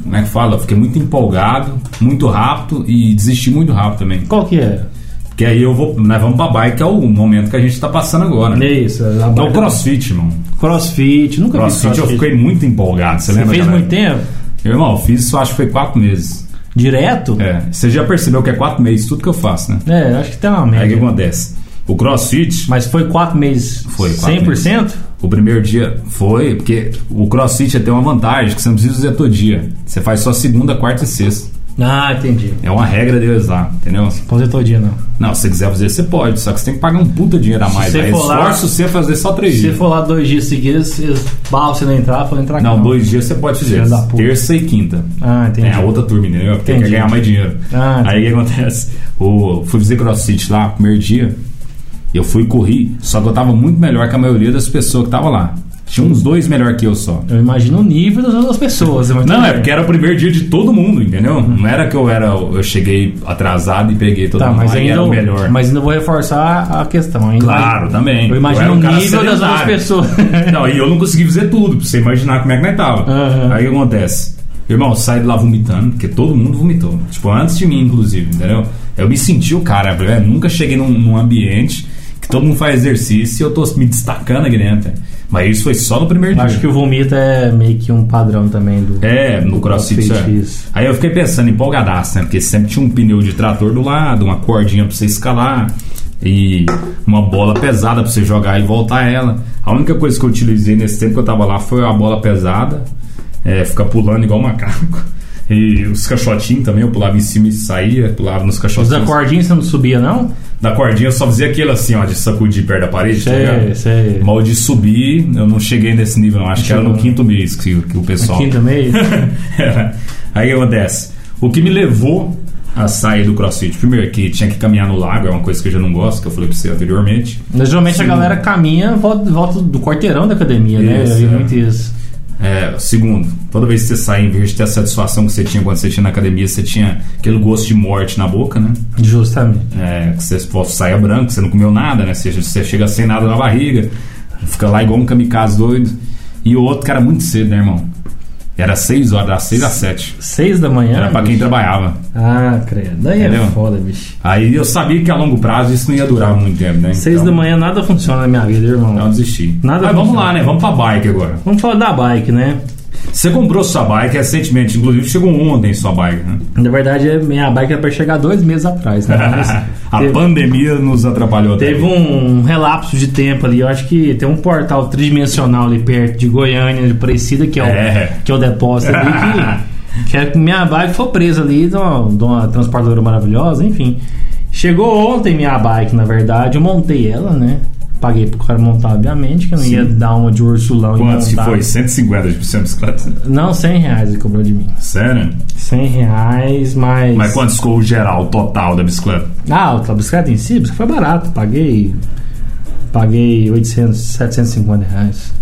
S2: Como é que fala? Eu fiquei muito empolgado, muito rápido e desisti muito rápido também.
S1: Qual que é?
S2: Porque aí eu vou. Nós vamos pra bike, que é o momento que a gente tá passando agora.
S1: É isso, a
S2: É o
S1: bike.
S2: crossfit, irmão.
S1: crossfit, nunca fiz
S2: Crossfit eu fiquei muito empolgado, você,
S1: Você
S2: lembra?
S1: fez
S2: galera?
S1: muito tempo?
S2: Meu irmão, eu fiz isso acho que foi quatro meses.
S1: Direto?
S2: É, você já percebeu que é quatro meses tudo que eu faço, né?
S1: É, acho que tem uma
S2: Aí o que
S1: média.
S2: acontece? O crossfit,
S1: Mas foi quatro meses
S2: Foi quatro
S1: 100%?
S2: o primeiro dia foi, porque o crossfit tem uma vantagem, que você não precisa fazer todo dia. Você faz só segunda, quarta e sexta.
S1: Ah, entendi.
S2: É uma regra deles lá, entendeu?
S1: Fazer todo dia, não.
S2: Não, se você quiser fazer, você pode, só que você tem que pagar um puta dinheiro a mais.
S1: você
S2: Aí
S1: for lá-
S2: esforço você a fazer só três
S1: Se você
S2: dias.
S1: for lá dois dias seguidos, eles barram você não entrar, falam entrar
S2: Não, dois dias você pode fazer.
S1: Filha da puta.
S2: Terça e quinta.
S1: Ah, entendi.
S2: É a outra turma, entendeu? Porque
S1: Entendi.
S2: quer ganhar mais dinheiro.
S1: Ah,
S2: aí o que acontece? O, fui fazer crossfit lá, primeiro dia. Eu fui correr, só que eu tava muito melhor que a maioria das pessoas que tava lá. Tinha uns dois melhor que eu só.
S1: Eu imagino o nível das outras pessoas. mas
S2: Não,
S1: tudo
S2: é
S1: bem.
S2: porque era o primeiro dia de todo mundo, entendeu? Não era que eu era, eu cheguei atrasado e peguei todo
S1: Uhum. Tá,
S2: mundo
S1: mas
S2: lá e
S1: ainda,
S2: era o
S1: eu-
S2: melhor.
S1: mas ainda vou reforçar a questão. ainda-
S2: Claro, também.
S1: Eu
S2: Eu
S1: imagino
S2: era um
S1: o
S2: cara
S1: nível das outras
S2: sedentário.
S1: pessoas.
S2: Não, e eu não consegui fazer tudo, pra você imaginar como é que nós tava.
S1: Aham.
S2: Aí o que acontece? Irmão, eu saí de lá vomitando, porque todo mundo vomitou. Tipo, antes de mim, inclusive, entendeu? Eu me senti o cara, velho. Nunca cheguei num, num ambiente que todo mundo faz exercício e eu tô me destacando aqui dentro. Mas isso foi só no primeiro dia.
S1: Acho que o vomito é meio que um padrão também do.
S2: É, no
S1: do
S2: crossfit. é.
S1: Isso.
S2: Aí eu fiquei pensando, empolgadaço, né? Porque sempre tinha um pneu de trator do lado, uma cordinha pra você escalar. e uma bola pesada para você jogar e voltar ela. A única coisa que eu utilizei nesse tempo que eu tava lá foi a bola pesada, é, ficar pulando igual macaco. E os caixotinhos também, eu pulava em cima e saía, pulava nos
S1: Os da
S2: caixotinhos.
S1: cordinha você não subia, não?
S2: Da cordinha eu só fazia aquilo assim, ó, de sacudir perto da parede, tá
S1: Sei,
S2: ligado?
S1: sei.
S2: Mal de subir, eu não cheguei nesse nível, não. Acho que era no
S1: Chegou.
S2: quinto mês que, que o pessoal.
S1: Aqui também.
S2: Era. Aí o que acontece. O que me levou a sair do crossfit, primeiro, que tinha que caminhar no lago, é uma coisa que eu já não gosto, que eu falei pra você anteriormente.
S1: Mas, geralmente
S2: Sim.
S1: a galera caminha, volta, volta do quarteirão da academia, né?
S2: Isso,
S1: Eu vi
S2: é.
S1: muito isso.
S2: É, segundo, toda vez que você sai, em vez de ter a satisfação que você tinha quando você tinha na academia, você tinha aquele gosto de morte na boca, né?
S1: Justamente.
S2: É, que você pô, saia branco, você não comeu nada, né? Você, você chega sem nada na barriga, fica lá igual um kamikaze doido. E o outro, cara, muito cedo, né, irmão? Era 6 horas, das 6 às 7.
S1: Seis da manhã.
S2: Era pra quem trabalhava.
S1: Ah, credo. Daí
S2: Entendeu?
S1: é foda, bicho.
S2: Aí eu sabia que a longo prazo isso não ia durar muito tempo, né?
S1: Seis
S2: Então,
S1: da manhã nada funciona na minha vida, irmão.
S2: Então eu desisti.
S1: Nada
S2: Mas vamos
S1: funciona.
S2: lá, né? Vamos pra bike agora.
S1: Vamos falar da bike, né?
S2: Você comprou sua bike recentemente, inclusive chegou ontem sua bike, né?
S1: Na verdade, é- minha bike era pra chegar dois meses atrás, né? Mas
S2: a
S1: teve,
S2: pandemia nos atrapalhou até
S1: teve
S2: aqui.
S1: um relapso de tempo ali. Eu acho que tem um portal tridimensional ali perto de Goiânia, de Parecida, que é o,
S2: É.
S1: Que é o depósito ali. Que, que é que minha bike foi presa ali de uma, de uma transportadora maravilhosa, enfim. Chegou ontem minha bike, na verdade. Eu montei ela, né? Paguei pro cara montar, obviamente, que eu não ia dar uma de ursulão
S2: Quantos
S1: e
S2: que
S1: montar.
S2: foi? 150 de cento bicicleta.
S1: Não, 100 reais ele cobrou de mim.
S2: Sério?
S1: 100 reais, mais.
S2: Mas quantos ficou o geral, total da bicicleta?
S1: Ah, a bicicleta em si, a bicicleta foi barato. Paguei. Paguei 800, 750 reais.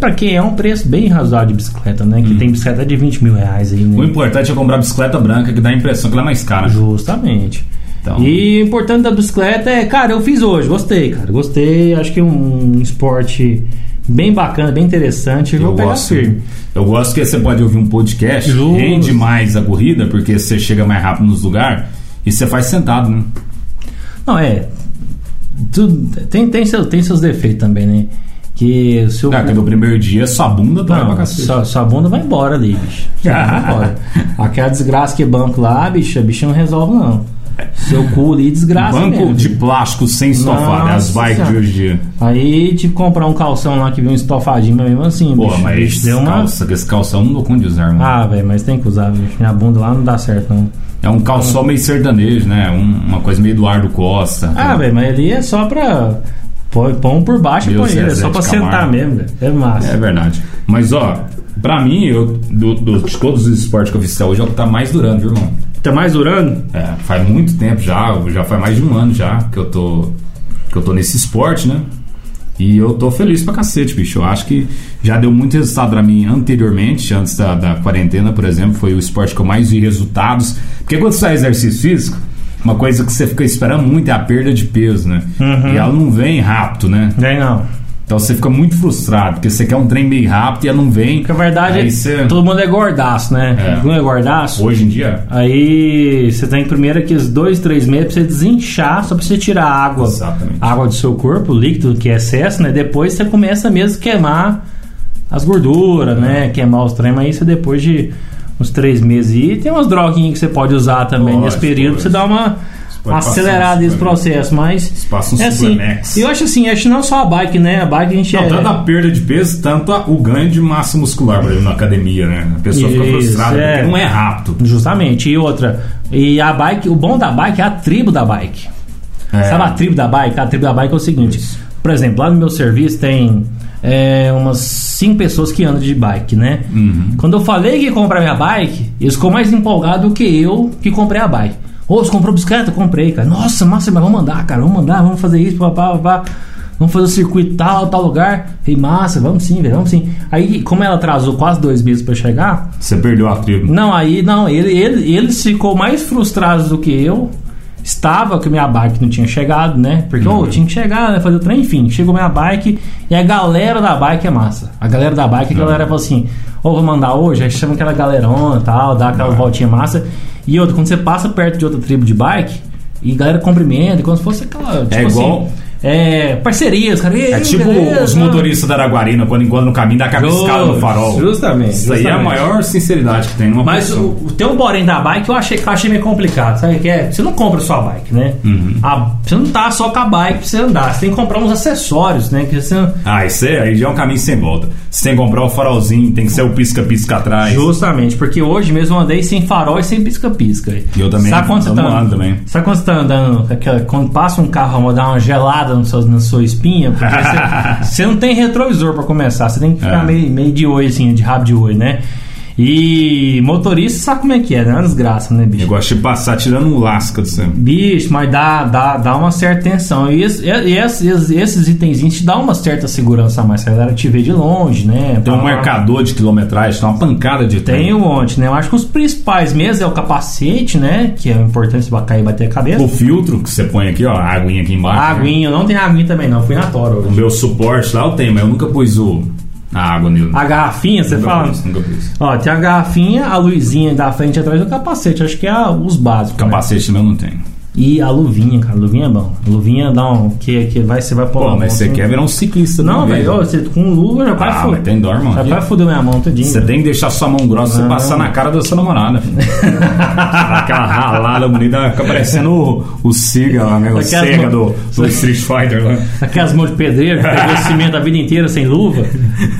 S1: Pra quem é um preço bem razoável de bicicleta, né? Que
S2: Uhum.
S1: tem bicicleta de 20 mil reais aí,
S2: O
S1: né?
S2: importante é comprar bicicleta branca, que dá a impressão que ela é mais cara.
S1: Justamente.
S2: Então,
S1: E o importante da bicicleta é, cara, eu fiz hoje, gostei, cara, gostei. Acho que é um esporte bem bacana, bem interessante. Eu vou pegar firme.
S2: Eu gosto que você pode ouvir um podcast,
S1: Justo.
S2: rende mais a corrida, porque você chega mais rápido nos lugares e você faz sentado, né?
S1: Não, é. Tudo, tem, tem, seu, tem seus defeitos também, né? Que o seu.
S2: Cara, É, que no primeiro dia sua bunda dói pra
S1: Não,
S2: cacete.
S1: sua, sua bunda vai embora ali, bicho. Sua bunda vai embora. Aquela desgraça que é banco lá, bicho, bicho não resolve, não. Seu cu ali desgraça
S2: Banco
S1: assim mesmo.
S2: de plástico sem estofar, né? As
S1: Nossa
S2: bikes de
S1: Senhora.
S2: hoje em dia.
S1: Aí tive que comprar um calção lá que veio um estofadinho, mas mesmo assim,
S2: Pô,
S1: bicho,
S2: mas
S1: bicho,
S2: esse, calça, esse calção não dou conta de usar, mano.
S1: Ah, velho, mas tem que usar, bicho. Minha bunda lá não dá certo, não.
S2: É um calção
S1: então.
S2: meio sertanejo, né? Um- uma coisa meio Eduardo Costa.
S1: Ah, velho, mas ali é só pra... Põe, põe um por baixo e
S2: Meu
S1: põe ele. É
S2: Zezé
S1: só
S2: de
S1: pra
S2: Camargo.
S1: sentar mesmo, velho. É massa.
S2: É verdade. Mas, ó, pra mim, eu, do- do- de todos os esportes que eu fiz até hoje, é o que tá mais durando, viu, irmão?
S1: Tá mais durando?
S2: É, faz muito tempo já, já faz mais de um ano já que eu tô, que eu tô nesse esporte, né? E eu tô feliz pra cacete, bicho. Eu acho que já deu muito resultado pra mim anteriormente, antes da, da quarentena, por exemplo, foi o esporte que eu mais vi resultados. Porque quando você faz exercício físico, uma coisa que você fica esperando muito é a perda de peso, né?
S1: Uhum.
S2: E ela não vem rápido, né?
S1: Vem não.
S2: Então você fica muito frustrado, porque você quer um trem meio rápido e ela não vem.
S1: Porque a verdade é
S2: Aí
S1: que
S2: você-
S1: todo mundo é gordaço, né?
S2: É.
S1: Todo mundo é gordaço.
S2: Hoje em dia.
S1: Aí você tá tem primeiro aqueles dois, três meses pra você desinchar, só pra você tirar a água.
S2: Exatamente.
S1: a água do seu corpo, o líquido que é excesso, né? Depois você começa mesmo a queimar as gorduras, né? Queimar os trem, aí você depois de uns três meses aí, tem umas droguinhas que você pode usar também
S2: Lógico,
S1: nesse período pra você dar uma,
S2: pode
S1: uma
S2: passar
S1: acelerada
S2: um
S1: nesse
S2: suplemento.
S1: processo, mas.
S2: Passa um
S1: é assim,
S2: suplemex.
S1: eu acho assim, acho que não só a bike, né? A bike a gente
S2: Não,
S1: é.
S2: tanto a perda de peso, tanto a- o ganho de massa muscular, por exemplo, na academia, né? A pessoa fica
S1: Isso,
S2: frustrada
S1: é.
S2: porque não é rápido.
S1: Justamente, e outra. E a bike, o bom da bike é a tribo da bike.
S2: É.
S1: Sabe a tribo da bike? A tribo da bike é o seguinte: por exemplo, lá no meu serviço tem é, umas 5 pessoas que andam de bike, né? Quando eu falei que ia comprar minha bike, eles ficou mais empolgados do que eu que comprei a bike. Ô, você comprou bicicleta? Comprei, cara. Nossa, massa, mas vamos andar, cara. Vamos andar, vamos fazer isso, papá, papá. Vamos fazer o circuito tal, tal lugar. Falei, massa, vamos sim, velho, vamos sim. Aí, como ela atrasou quase dois meses pra chegar,
S2: Você perdeu a tribo.
S1: não, aí não, ele, ele, eles ficou mais frustrados do que eu. Estava que minha bike não tinha chegado, né? Porque
S2: Uhum.
S1: ô, tinha que chegar, né? Fazer o trem, enfim. Chegou minha bike e a galera da bike é massa. A galera da bike, a
S2: Uhum.
S1: galera fala assim: Ô, vou mandar hoje. Aí chama aquela galerona e tal, dá
S2: Uhum.
S1: aquela voltinha massa. E outra, quando você passa perto de outra tribo de bike, e a galera cumprimenta, como se fosse aquela.
S2: É
S1: tipo
S2: igual,
S1: assim, é, parcerias, cara. E aí,
S2: É tipo
S1: beleza?
S2: os motoristas da Araguarina quando encontram no caminho da capiscada no farol.
S3: Justamente,
S2: Isso aí é a
S3: justamente.
S2: maior sinceridade que tem numa
S1: Mas
S2: pessoa.
S1: o, o- tem um porém da bike que eu achei, que eu achei meio complicado, sabe o que é? Você não compra só a bike, né?
S2: Uhum.
S1: A- você não tá só com a bike pra você andar, você tem que comprar uns acessórios, né? Que você,
S2: Ah, isso aí, aí já é um caminho sem volta. Você tem que comprar o farolzinho, tem que ser o pisca-pisca atrás.
S1: Justamente, porque hoje mesmo eu andei sem farol e sem pisca-pisca.
S2: E eu também
S1: Sabe quando
S2: ando
S1: você tá
S2: andando também.
S1: Sabe quando você tá andando, aquela- quando passa um carro, dá uma gelada no seu- na sua espinha? Porque você, você não tem retrovisor pra começar, você tem que ficar
S2: É.
S1: meio, meio de olho, assim, de rabo de olho, né? E motorista sabe como é que é, né? É uma desgraça, né, bicho?
S2: Eu gosto de passar tirando um lasca do seu.
S1: Bicho, mas dá, dá, dá uma certa tensão. E, es- e- e esses, esses itenzinhos te dá uma certa segurança a mais. Se a galera te vê de longe, né?
S2: Tem
S1: Tá
S2: um
S1: lá.
S2: marcador de quilometragem, tem uma pancada de
S1: Tem
S2: trem.
S1: um monte, né? Eu acho que os principais mesmo é o capacete, né? Que é importante pra cair e bater a cabeça.
S2: O filtro que você põe aqui, ó, a aguinha aqui embaixo.
S1: um- A aguinha, eu não tenho aguinha também, não. Fui na Toro
S2: O
S1: hoje.
S2: meu suporte lá eu tenho, mas eu nunca pus o, a água nele.
S1: A garrafinha, Ah, você
S2: nunca
S1: fala.
S2: pus, nunca pus.
S1: Ó, tem a garrafinha, a luzinha da frente e atrás do capacete. Acho que é a- os básicos. né?
S2: Capacete também eu não tenho.
S1: E a luvinha, cara. A luvinha é bom. A luvinha dá um. Que, que vai, você vai pôr
S2: Pô,
S1: uma
S2: mas
S1: mão,
S2: você
S1: assim.
S2: quer virar um ciclista, de
S1: Não,
S2: uma vez,
S1: velho,
S2: né?
S1: ó, você tá com luva já quase
S2: Ah,
S1: fudeu.
S2: mas tem dor, mano.
S1: Já quase fudeu minha mão todinha.
S2: Você tem que deixar sua mão grossa
S1: Ah,
S2: você passar na cara da sua namorada. filho. Dá Aquela ralada bonita, fica parecendo o, o Siga lá, né? O
S1: Aquelas
S2: Sega do,
S1: mão-
S2: do Street Fighter lá.
S1: Aquelas mãos de pedreiro que pegou cimento a vida inteira sem luva.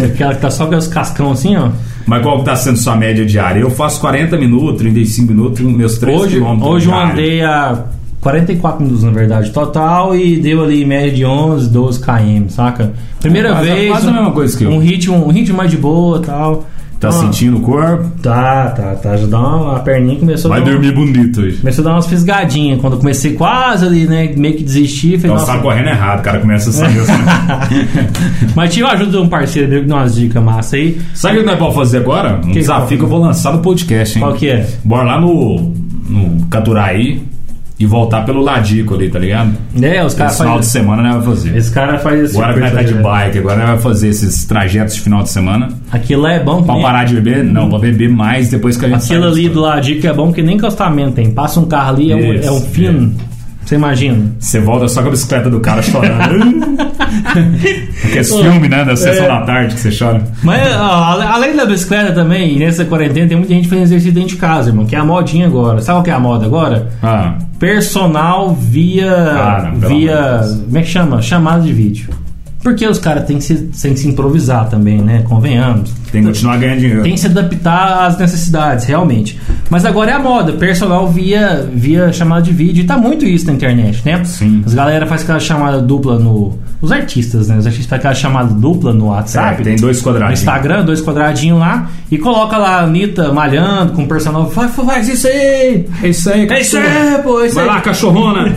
S1: Aquela que tá só com os cascão assim, ó.
S2: Mas qual que tá sendo sua média diária? Eu faço 40 minutos, 35 minutos, meus 3
S1: Hoje,
S2: quilômetros.
S1: hoje eu
S2: diários.
S1: andei a 44 minutos, na verdade, total, e deu ali em média de 11, 12 km, saca? Primeira
S2: É, quase-
S1: vez.
S2: quase a mesma coisa que eu.
S1: Um ritmo, um ritmo mais de boa tal.
S2: Tá
S1: Ah,
S2: sentindo o corpo?
S1: Tá, tá, tá. Já dá uma. A perninha começou a
S2: Vai
S1: dar uma-
S2: dormir bonito hoje.
S1: Começou a dar umas fisgadinhas. Quando eu comecei quase ali, né? Meio que desisti. Falei,
S2: Então você
S1: nossa,
S2: tá correndo errado, o cara começa a sair assim.
S1: Mas tive a ajuda de um parceiro meu que deu umas dicas massa aí.
S2: Sabe o que nós vamos fazer agora? Um
S1: que
S2: desafio que eu vou lançar no podcast, hein?
S1: Qual que é?
S2: Bora lá no, no Caturaí e voltar pelo Ladico ali, tá ligado?
S1: É, os caras
S2: Esse final de
S1: fazem.
S2: semana nós vamos fazer.
S1: Esse cara faz esse tipo
S2: Agora que nós tá de
S1: percurso aí,
S2: bike, agora nós vamos fazer esses trajetos de final de semana.
S1: né? Aquilo é bom que
S2: Pra
S1: nem-
S2: parar de beber? Não, pra beber mais depois que a gente
S1: Aquilo
S2: sai
S1: ali
S2: disso.
S1: do lado dica é bom que nem encostamento tem. Passa um carro ali, é um,
S2: Isso, é.
S1: é um fino. Você imagina.
S2: Você volta só com a bicicleta do cara chorando. Aqueles filme, né? Da sessão
S1: É.
S2: da tarde que você chora.
S1: Mas ó, ale- além da bicicleta também, nessa quarentena tem muita gente fazendo exercício dentro de casa, irmão. Que é a modinha agora. Sabe o que é a moda agora?
S2: Ah,
S1: Personal via.
S2: Ah, não, pelo
S1: via.
S2: amor de Deus.
S1: Como é que chama? Chamada de vídeo. Porque os caras têm que, se, têm que se improvisar também, né? Convenhamos.
S2: tem que continuar ganhando dinheiro.
S1: Tem que se adaptar às necessidades, realmente. Mas agora é a moda, personal via, via chamada de vídeo. E tá muito isso na internet, né?
S2: Sim.
S1: As galera faz aquela chamada dupla no. Os artistas, né? Os artistas fazem aquela chamada dupla no WhatsApp.
S2: É, tem dois
S1: No
S2: quadradinhos.
S1: Instagram, dois quadradinhos lá. E coloca lá a Anitta malhando com o personal. Faz, faz isso aí!
S2: É isso aí,
S1: É isso aí, pô! é Isso
S2: Vai
S1: aí.
S2: lá, cachorrona!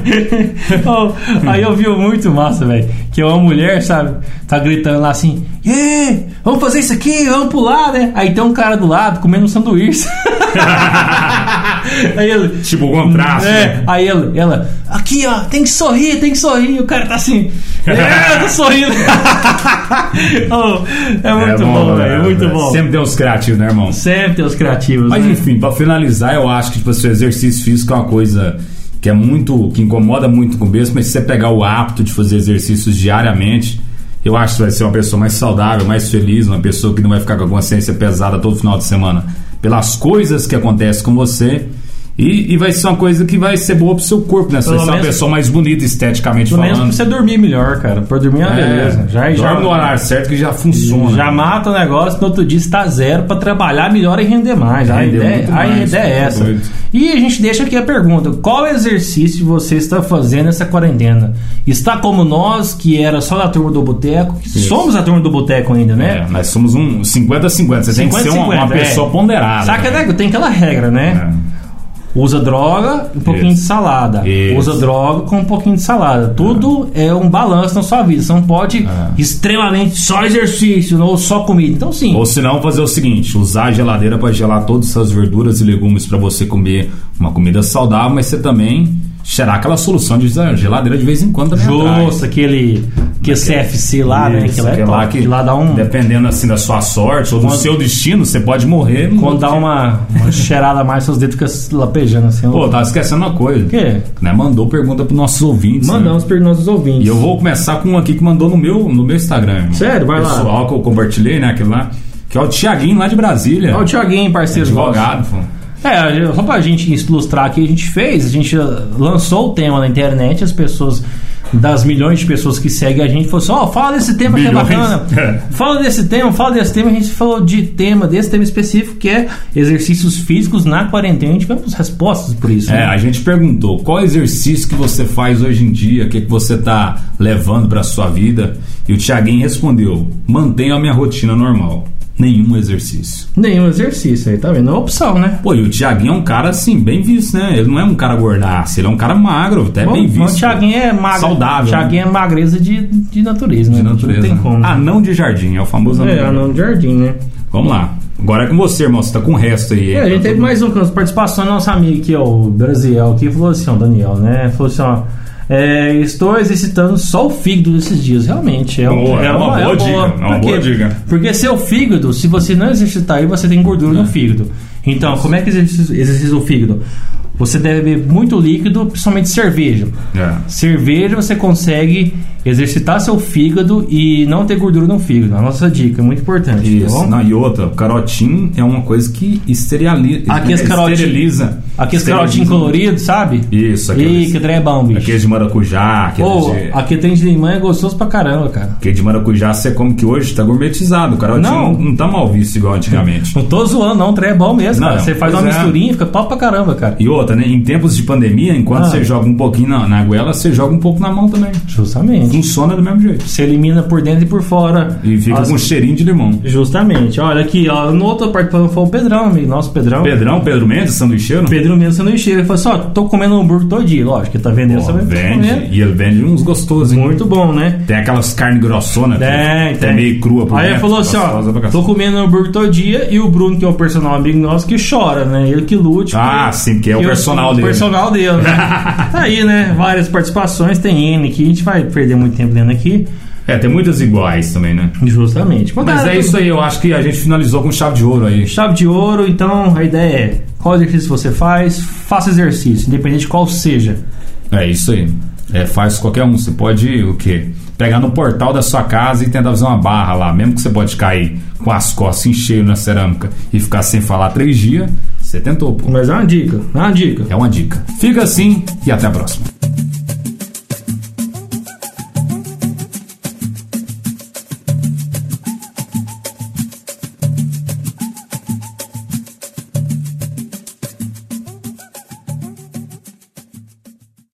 S1: Oh, aí eu vi um muito massa, velho. Que é uma mulher, sabe? Tá gritando lá assim: "Ê, vamos fazer isso aqui, vamos pular, né? Aí tem um cara do lado comendo um sanduíche. aí ele.
S2: tipo, o contraste.
S1: É,
S2: né?
S1: aí ele, ela, aqui ó, tem que sorrir, tem que sorrir. E o cara tá assim, é, eu tô sorrindo. Oh, é muito bom, velho,
S2: galera,
S1: é muito
S2: velho.
S1: bom. Sempre,
S2: né? Sempre tem uns criativos, né, irmão?
S1: tem os criativos.
S2: Mas
S1: né?
S2: enfim, pra finalizar, eu acho que tipo, assim, o exercício físico é uma coisa que é muito. que incomoda muito no começo, mas se você pegar o hábito de fazer exercícios diariamente, eu acho que você vai ser uma pessoa mais saudável, mais feliz, uma pessoa que não vai ficar com a consciência pesada todo final de semana pelas coisas que acontecem com você. E, e vai ser uma coisa que vai ser boa pro seu corpo, né? Você
S1: Pelo
S2: vai ser uma
S1: menos-
S2: pessoa mais bonita esteticamente
S1: Pelo menos pra
S2: falando.
S1: você dormir melhor, cara. Pra dormir é uma beleza. Já,
S2: dorme
S1: já,
S2: no horário né? certo que já funciona.
S1: Já mata o negócio, no outro dia está zero para trabalhar melhor e render mais. A
S2: Render
S1: ideia,
S2: muito
S1: a
S2: mais,
S1: ideia é
S2: tá
S1: essa.
S2: doido.
S1: E a gente deixa aqui a pergunta: qual exercício você está fazendo nessa quarentena? Está como nós, que era só da turma do boteco, que somos a turma do boteco ainda,
S2: É,
S1: né?
S2: nós somos um 50-50. Você tem que ser uma,
S1: 50-50,
S2: uma
S1: é.
S2: pessoa ponderada.
S1: Saca, né? Tem aquela regra, né?
S2: Ah, É.
S1: Usa droga, um pouquinho
S2: Isso.
S1: de salada.
S2: Isso.
S1: Usa droga com um pouquinho de salada. Tudo é, um balanço na sua vida. Você não pode
S2: É.
S1: extremamente só exercício ou só comida. Então, sim.
S2: Ou se não, fazer o seguinte: usar a geladeira para gelar todas essas verduras e legumes para você comer uma comida saudável, mas você também cheirar aquela solução de usar a geladeira de vez em quando também. atrás.
S1: Justo, aquele, que é CFC lá, né? Que lá, é
S2: é lá
S1: top,
S2: que,
S1: que lá dá um.
S2: Dependendo assim da sua sorte ou do
S1: Quando-
S2: seu destino, você pode morrer.
S1: Quando dá uma, uma cheirada a mais, seus dedos ficam lapejando assim.
S2: Pô,
S1: o
S2: tá esquecendo uma coisa.
S1: quê?
S2: Né? Mandou pergunta pros nossos ouvintes. né?
S1: Mandamos para nossos ouvintes.
S2: E eu vou começar com um aqui que mandou no meu, no meu Instagram. irmão.
S1: Sério? Vai lá.
S2: Pessoal que eu compartilhei, né? Aquele lá. Que é o Thiaguinho lá de Brasília.
S1: Ó, É o Thiaguinho, parceiro.
S2: advogado. pô.
S1: É, só pra gente ilustrar aqui, a gente fez, a gente lançou o tema na internet, as pessoas das milhões de pessoas que seguem a gente falou assim, ó, fala desse tema
S2: Milhões.
S1: que é bacana. fala desse tema, fala desse tema, a gente falou de tema, desse tema específico que é exercícios físicos na quarentena, a gente tivemos respostas por isso.
S2: É,
S1: né?
S2: a gente perguntou qual exercício que você faz hoje em dia, o que, que você tá levando pra sua vida. E o Thiaguinho respondeu: mantenho a minha rotina normal. Nenhum exercício.
S1: Nenhum exercício aí, tá vendo? É uma opção, né?
S2: Pô, e o Thiaguinho é um cara assim, bem visto, né? Ele não é um cara gordaço, ele é um cara magro, até bem
S1: Bom,
S2: visto.
S1: o Thiaguinho é magre...
S2: Saudável, né?
S1: Thiaguinho é magreza de, de natureza, né?
S2: de natureza.
S1: Não tem como.
S2: Anão de jardim, é o famoso anão.
S1: é,
S2: de jardim.
S1: anão de jardim, né?
S2: Vamos lá. Agora é com você, irmão. Você tá com o resto aí. hein?
S1: É, a gente teve mais um caso de participação do nosso amigo aqui, ó, o Brasiel, que falou assim, ó, Daniel, né? Falou assim, ó. é, estou exercitando só o fígado nesses dias, realmente. É, um-
S2: Boa, é uma boa dica, é uma
S1: Por
S2: boa
S1: quê?
S2: dica.
S1: Porque seu fígado, se você não exercitar ele, você tem gordura
S2: É.
S1: no fígado. Então, como é que exercita exercita o fígado? Você deve beber muito líquido, principalmente cerveja.
S2: É.
S1: Cerveja você consegue exercitar seu fígado e não ter gordura no fígado. A nossa dica é muito importante, tá
S2: Isso.
S1: bom?
S2: Não, e outra, o carotim é uma coisa que esterializa.
S1: Aqueles carotim-
S2: esteriliza.
S1: Aqueles
S2: Esteriliza.
S1: carotinhos coloridos, sabe?
S2: Isso,
S1: Ih,
S2: aqueles.
S1: que trem é bom, bicho.
S2: Aqueles de maracujá, aqueles
S1: Pô,
S2: de.
S1: aqui tem de limão é gostoso pra caramba, cara.
S2: Aquele de maracujá você come que hoje tá gourmetizado. O carotim
S1: Não.
S2: não, não tá mal visto igual antigamente.
S1: Não tô zoando, não. O trem é bom mesmo,
S2: Não,
S1: cara. Você faz uma
S2: pois é.
S1: misturinha, fica top pra caramba, cara.
S2: E outra, né? Em tempos de pandemia, enquanto
S1: Ah.
S2: você joga um pouquinho na, na goela, você joga um pouco na mão também.
S1: Justamente.
S2: Funciona do mesmo jeito.
S1: Você elimina por dentro e por fora.
S2: E fica
S1: As-
S2: com um cheirinho de limão.
S1: Justamente. Olha aqui, ó. No outro participante foi o Pedrão, amigo. Nosso Pedrão.
S2: Pedrão, Pedro Mendes, sanduicheiro?
S1: Pedro mesmo você não enxerga. Ele falou assim, ó, tô comendo hambúrguer todo dia. Lógico, que tá vendendo,
S2: Pô,
S1: você vai
S2: vende.
S1: comer.
S2: E ele vende uns gostosos, hein?
S1: Muito bom, né?
S2: Tem aquelas carnes grossonas. que-
S1: Tem,
S2: que é
S1: tem.
S2: meio crua por
S1: Aí ele
S2: dentro,
S1: falou assim,
S2: gostosa pra
S1: ó, tô
S2: cacete.
S1: comendo hambúrguer todo dia e o Bruno, que é o personal amigo nosso, que chora, né? Ele que lute.
S2: Ah, sim, porque é o
S1: que
S2: personal dele.
S1: O personal dele, né? Tá aí, né? Várias participações, tem N aqui, a gente vai perder muito tempo lendo aqui.
S2: É, tem muitas iguais também, né?
S1: Justamente.
S2: Mas é isso aí, eu acho que a gente finalizou com chave de ouro aí.
S1: Chave de ouro, então a ideia é qual exercício você faz, faça exercício, independente de qual seja.
S2: É isso aí. É, faz qualquer um. Você pode o quê? Pegar no portal da sua casa e tentar fazer uma barra lá. Mesmo que você pode cair com as costas em cheio na cerâmica e ficar sem falar três dias, você tentou, pô.
S1: Mas é uma dica, é uma dica.
S2: É uma dica. Fica assim e até a próxima.